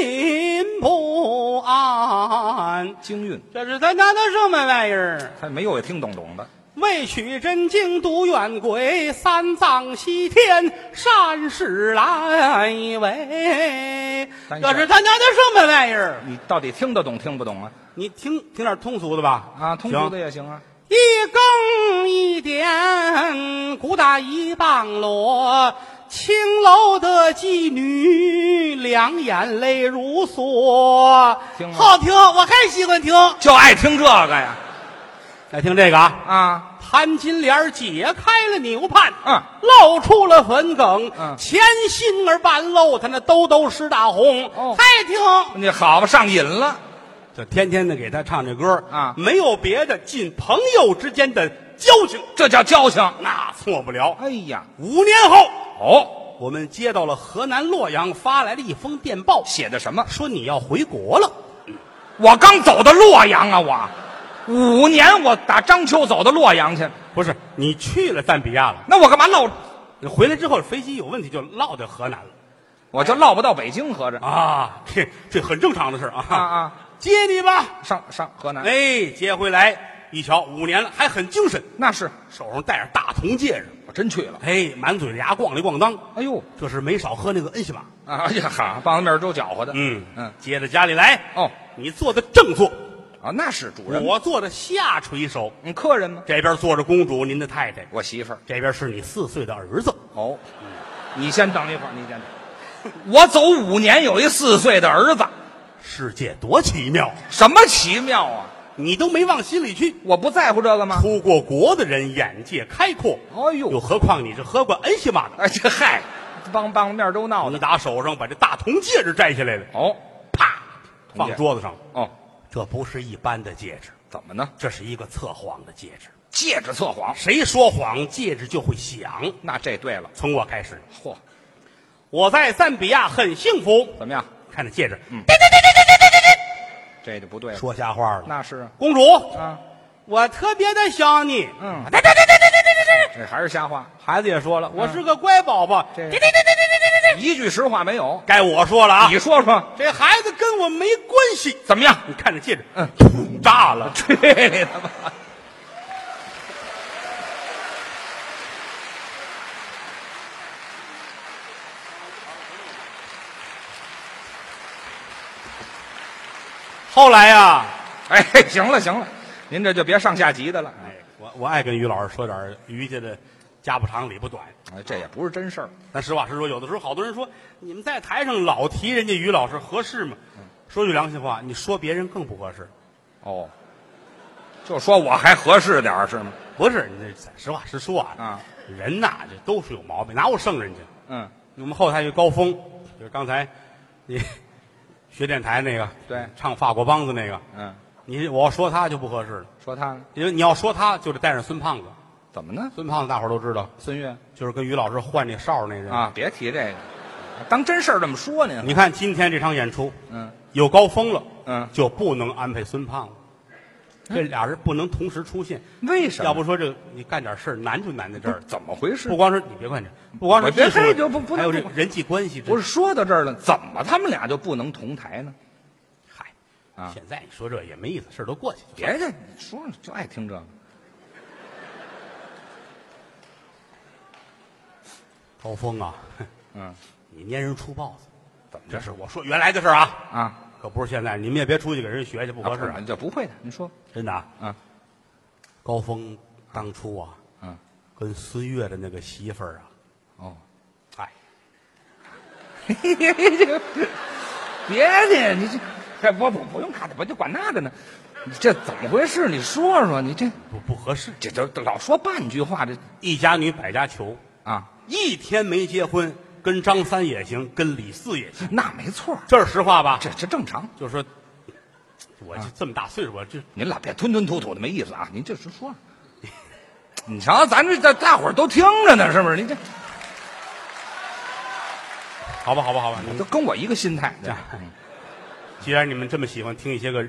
B: 民不安。
C: 京韵，
B: 这是他娘的什么玩意儿？
C: 他没有也听懂懂的。
B: 为取真经独远轨，三藏西天善始来为。
C: 等一下
B: 这是他娘的什么玩意儿？
C: 你到底听得懂听不懂啊？
B: 你听听点通俗的吧？
C: 啊，通俗的
B: 行。
C: 也行啊。
B: 一更一点，鼓打一棒锣。青楼的妓女，两眼泪如梭
C: 听。吗
B: 好听，我还喜欢听。
C: 就爱听这个呀
B: 来听这个啊。
C: 啊！
B: 潘金莲解开了牛袢，
C: 嗯，
B: 露出了粉梗，
C: 嗯
B: 前心儿半露，她那兜兜使大红，
C: 哦
B: 还听。
C: 你好吧，上瘾了。
B: 就天天的给她唱这歌
C: 啊
B: 没有别的，尽朋友之间的交情，
C: 这叫交情。
B: 那错不了。
C: 哎呀，
B: 五年后，
C: 哦，
B: 我们接到了河南洛阳发来的一封电报，
C: 写的什么？
B: 说你要回国了。
C: 我刚走到洛阳啊，我五年我打章丘走到洛阳去，
B: 不是你去了赞比亚了，
C: 那我干嘛落？
B: 你回来之后飞机有问题就落在河南了
C: 我就落不到北京，合着
B: 啊，这这很正常的事儿啊
C: 啊啊，
B: 接你吧。
C: 上上河南，
B: 哎，接回来一瞧，五年了，还很精神，
C: 那是
B: 手上戴着大铜戒指，
C: 我真去了。
B: 哎，满嘴牙咣里咣当，
C: 哎呦
B: 这是没少喝那个恩西玛。
C: 啊，哎呀哈，棒子面粥搅和的，
B: 嗯
C: 嗯，
B: 接着家里来，
C: 哦
B: 你坐的正坐，
C: 啊，那是主人，
B: 我坐的下垂手，
C: 嗯，客人吗？
B: 这边坐着公主，您的太太，
C: 我媳妇儿。
B: 这边是你四岁的儿子。
C: 哦，你先等一会儿，你先等。我走五年，有一四岁的儿子，
B: 世界多奇妙，
C: 什么奇妙啊！
B: 你都没往心里去。
C: 我不在乎这个吗？
B: 出过国的人眼界开阔，
C: 哎呦
B: 又何况你是喝过恩西玛的？
C: 哎，这嗨，帮帮面都闹
B: 你
C: 的。
B: 打手上把这大铜戒指摘下来了，
C: 哦
B: 啪，
C: 铜戒
B: 放桌子上。
C: 哦，
B: 这不是一般的戒指，
C: 怎么呢？
B: 这是一个测谎的戒指。
C: 戒指测谎，
B: 谁说谎，戒指就会响。
C: 那这对了。
B: 从我开始，
C: 嚯，
B: 我在赞比亚很幸福。
C: 怎么样？
B: 看这戒指，
C: 这就不对了。
B: 说瞎话了。
C: 那是啊
B: 公主，
C: 啊，
B: 我特别的想你。
C: 嗯，这还是瞎话，
B: 孩子也说了，我是个乖宝宝。
C: 这一句实话没有。
B: 该我说了啊
C: 你，说说
B: 这孩子跟我没关系。
C: 怎么样？
B: 你看这戒指，
C: 嗯，
B: 炸了。
C: 去你的吧！
B: 后来啊呀，
C: 哎，行了行了，您这就别上下级的了。
B: 哎，我我爱跟于老师说点儿于家的家不长理不短。
C: 哎，这也不是真事儿。
B: 咱实话实说，有的时候好多人说你们在台上老提人家于老师合适吗？
C: 嗯
B: 说句良心话，你说别人更不合适。
C: 哦，就说我还合适点儿是吗？
B: 不是，你这咱实话实说啊。
C: 啊，
B: 人呐，这都是有毛病，哪有圣人去？
C: 嗯，
B: 我们后台有高峰，就是刚才你 学电台那个，
C: 对
B: 唱法国梆子那个，
C: 嗯，
B: 你我要说他就不合适了，
C: 说他呢
B: 因为你要说他就得带上孙胖子，
C: 怎么呢？
B: 孙胖子大伙儿都知道，
C: 孙越
B: 就是跟于老师换那哨儿那人。
C: 啊，别提这个，当真事儿这么说您。
B: 你看今天这场演出
C: 嗯，
B: 有高峰了，
C: 嗯
B: 就不能安排孙胖子，这俩人不能同时出现。
C: 为什么？
B: 要不说这个你干点事儿难就难在这儿，
C: 怎么回事
B: 不？光是你别管这，不光是
C: 我别
B: 技术
C: 嘿就不不
B: 还有这
C: 不
B: 人际关系，
C: 不
B: 是
C: 是说到这儿了，怎么他们俩就不能同台呢？
B: 嗨
C: 啊。
B: 现在你说这也没意思，事儿都过去了。
C: 别这说了就爱听这个。
B: 高峰啊，
C: 嗯，
B: 你蔫人出豹子，
C: 怎么
B: 这
C: 着
B: 是我说原来的事儿啊，
C: 啊？
B: 可不是现在。你们也别出去给人学去，不合适啊，
C: 这不会的。您说，
B: 真的啊。
C: 嗯
B: 高峰当初啊，
C: 嗯，
B: 跟孙越的那个媳妇儿啊，
C: 哦，
B: 哎，
C: 别介，你这这不不不用看的，我就管那个呢。你这怎么回事？你说说，你这
B: 不不合适。
C: 这这老说半句话，这
B: 一家女百家求，
C: 啊，
B: 一天没结婚，跟张三也行，跟李四也行，
C: 那没错儿，
B: 这是实话吧？
C: 这啊这正常。
B: 就说，我就这么大岁数，我这
C: 您老别吞吞吐吐的，没意思啊！您就直说。你瞧，咱这大大伙儿都听着呢，是不是？您这
B: 好吧，好吧，好吧。你
C: 都跟我一个心态，
B: 这样既然你们这么喜欢听一些个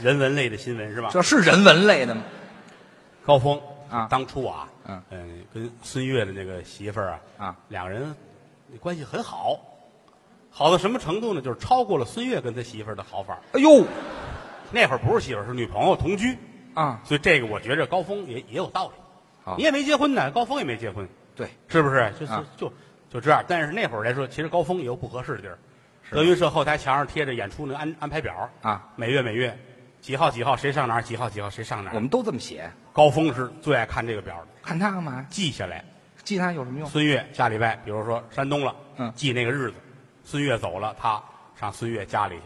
B: 人文类的新闻是吧？
C: 这是人文类的吗？
B: 高峰
C: 啊
B: 当初啊，
C: 嗯
B: 嗯，跟孙越的那个媳妇儿啊，
C: 啊，
B: 两个人关系很好，好到什么程度呢？就是超过了孙越跟他媳妇儿的好法儿。
C: 哎呦，
B: 那会儿不是媳妇儿，是女朋友同居，
C: 啊，
B: 所以这个我觉着高峰也也有道理。
C: 好
B: 你也没结婚呢，高峰也没结婚，
C: 对，
B: 是不是？就是、
C: 啊
B: 就就这样。但是那会儿来说，其实高峰也有不合适的地儿。
C: 是
B: 德云社后台墙上贴着演出那个安安排表
C: 啊，
B: 每月每月几号几号谁上哪儿，几号几号谁上哪
C: 我
B: 儿。
C: 们都这么写，
B: 高峰是最爱看这个表的，
C: 看他干嘛呀？
B: 记下来。
C: 记他有什么用？
B: 孙越下礼拜，比如说山东了，
C: 嗯
B: 记那个日子，孙越走了，他上孙越家里去。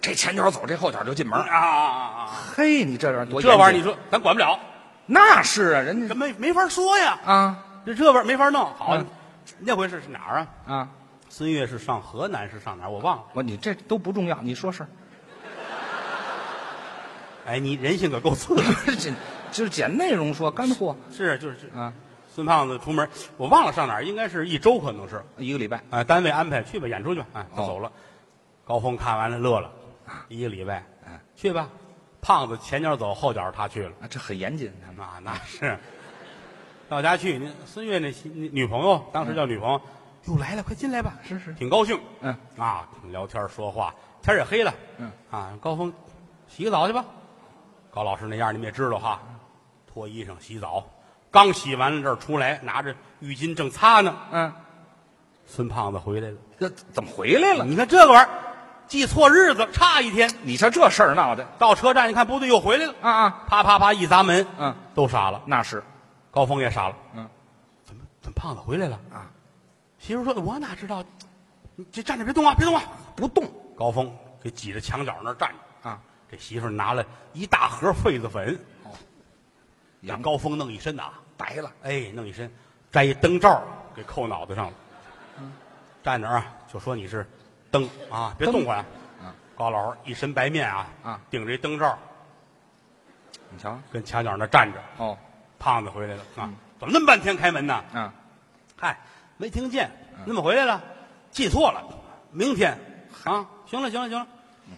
C: 这前脚走，这后脚就进门
B: 啊。啊啊啊！
C: 嘿，你这玩意儿多
B: 这玩意儿你
C: 说
B: 说咱管不了，
C: 那是啊，人家
B: 这没没法说呀。
C: 啊
B: 这这玩意儿没法弄。好，
C: 嗯
B: 那回是是哪儿啊？
C: 啊，
B: 孙越是上河南是上哪儿？我忘了。
C: 我你这都不重要，你说事儿，
B: 哎，你人性可够次的。
C: 不是简就是捡内容说干货
B: 是就是
C: 啊，
B: 孙胖子出门，我忘了上哪儿，应该是一周，可能是。
C: 一个礼拜
B: 啊，单位安排去吧，演出去吧。哎，他
C: 哦
B: 走了。高峰看完了乐了，一个礼拜
C: 啊，
B: 去吧。胖子前脚走，后脚他去了。啊
C: 啊，这很严谨，他们
B: 那那是，到家去，那孙越那媳那女朋友，当时叫女朋友，又来了，快进来吧。
C: 嗯是是
B: 挺高兴。
C: 嗯
B: 啊，聊天说话，天也黑了。
C: 嗯
B: 啊，高峰，洗个澡去吧。高老师那样你们也知道哈，脱衣裳洗澡，刚洗完了这儿出来，拿着浴巾正擦呢。
C: 嗯，
B: 孙胖子回来了，
C: 这怎么回来了？
B: 你看这个玩意儿，记错日子，差一天。
C: 你瞧这事儿闹的
B: 到车站一看不对，又回来了，
C: 啊啊，
B: 啪啪啪一砸门，
C: 嗯，
B: 都傻了。
C: 那是
B: 高峰也傻了，
C: 嗯，
B: 怎么怎么胖子回来了
C: 啊？
B: 媳妇说：“我哪知道？你这站着别动啊，别动啊
C: 不动！”
B: 高峰给挤着墙角那儿站着，
C: 啊，
B: 这媳妇儿拿了一大盒痱子粉，给
C: 羊
B: 高峰弄一身呐，
C: 白了，
B: 哎，弄一身，摘一灯罩儿给扣脑袋上了，站那儿啊，就说你是灯啊，别动过来。高老师一身白面啊，
C: 啊
B: 顶着一灯罩
C: 你瞧，
B: 跟墙角那站着。
C: 哦，
B: 胖子回来了啊，怎么那么半天开门呢？
C: 嗯，
B: 嗨，没听见，你怎么回来了？记错了，明天啊，行了行了行了，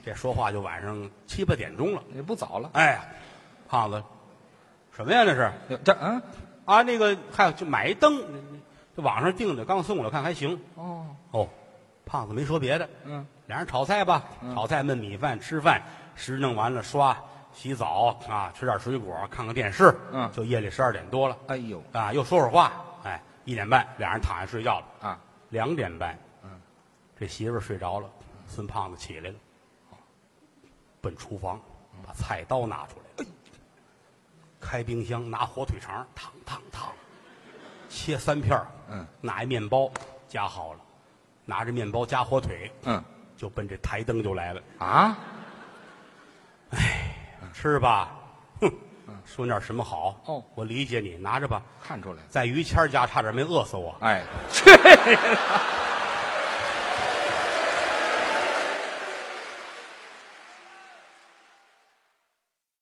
B: 这说话就晚上七八点钟了。
C: 也不早了。
B: 哎呀，胖子，什么呀那是？
C: 哟这嗯，
B: 啊，那个还有就买一灯，这网上订的，刚送我看还行。
C: 哦，
B: 哦，胖子没说别的，
C: 嗯，
B: 俩人炒菜吧，炒菜焖米饭，吃饭，食弄完了刷洗澡啊，吃点水果，看看电视，
C: 嗯
B: 就夜里十二点多了
C: 哎呦
B: 啊，又说会儿话，哎，一点半俩人躺下睡觉了，
C: 啊，
B: 两点半，嗯，这媳妇儿睡着了，孙胖子起来了，奔厨房
C: 嗯
B: 把菜刀拿出来，哎开冰箱拿火腿肠，烫烫烫，切三片儿
C: 嗯，
B: 拿一面包夹好了，拿着面包夹火腿，
C: 嗯
B: 就奔这台灯就来了，
C: 啊，
B: 吃吧，哼，说点什么好？
C: 嗯哦
B: 我理解你，拿着吧。
C: 看出来了。
B: 在于谦儿家差点没饿死我，
C: 哎，去你的！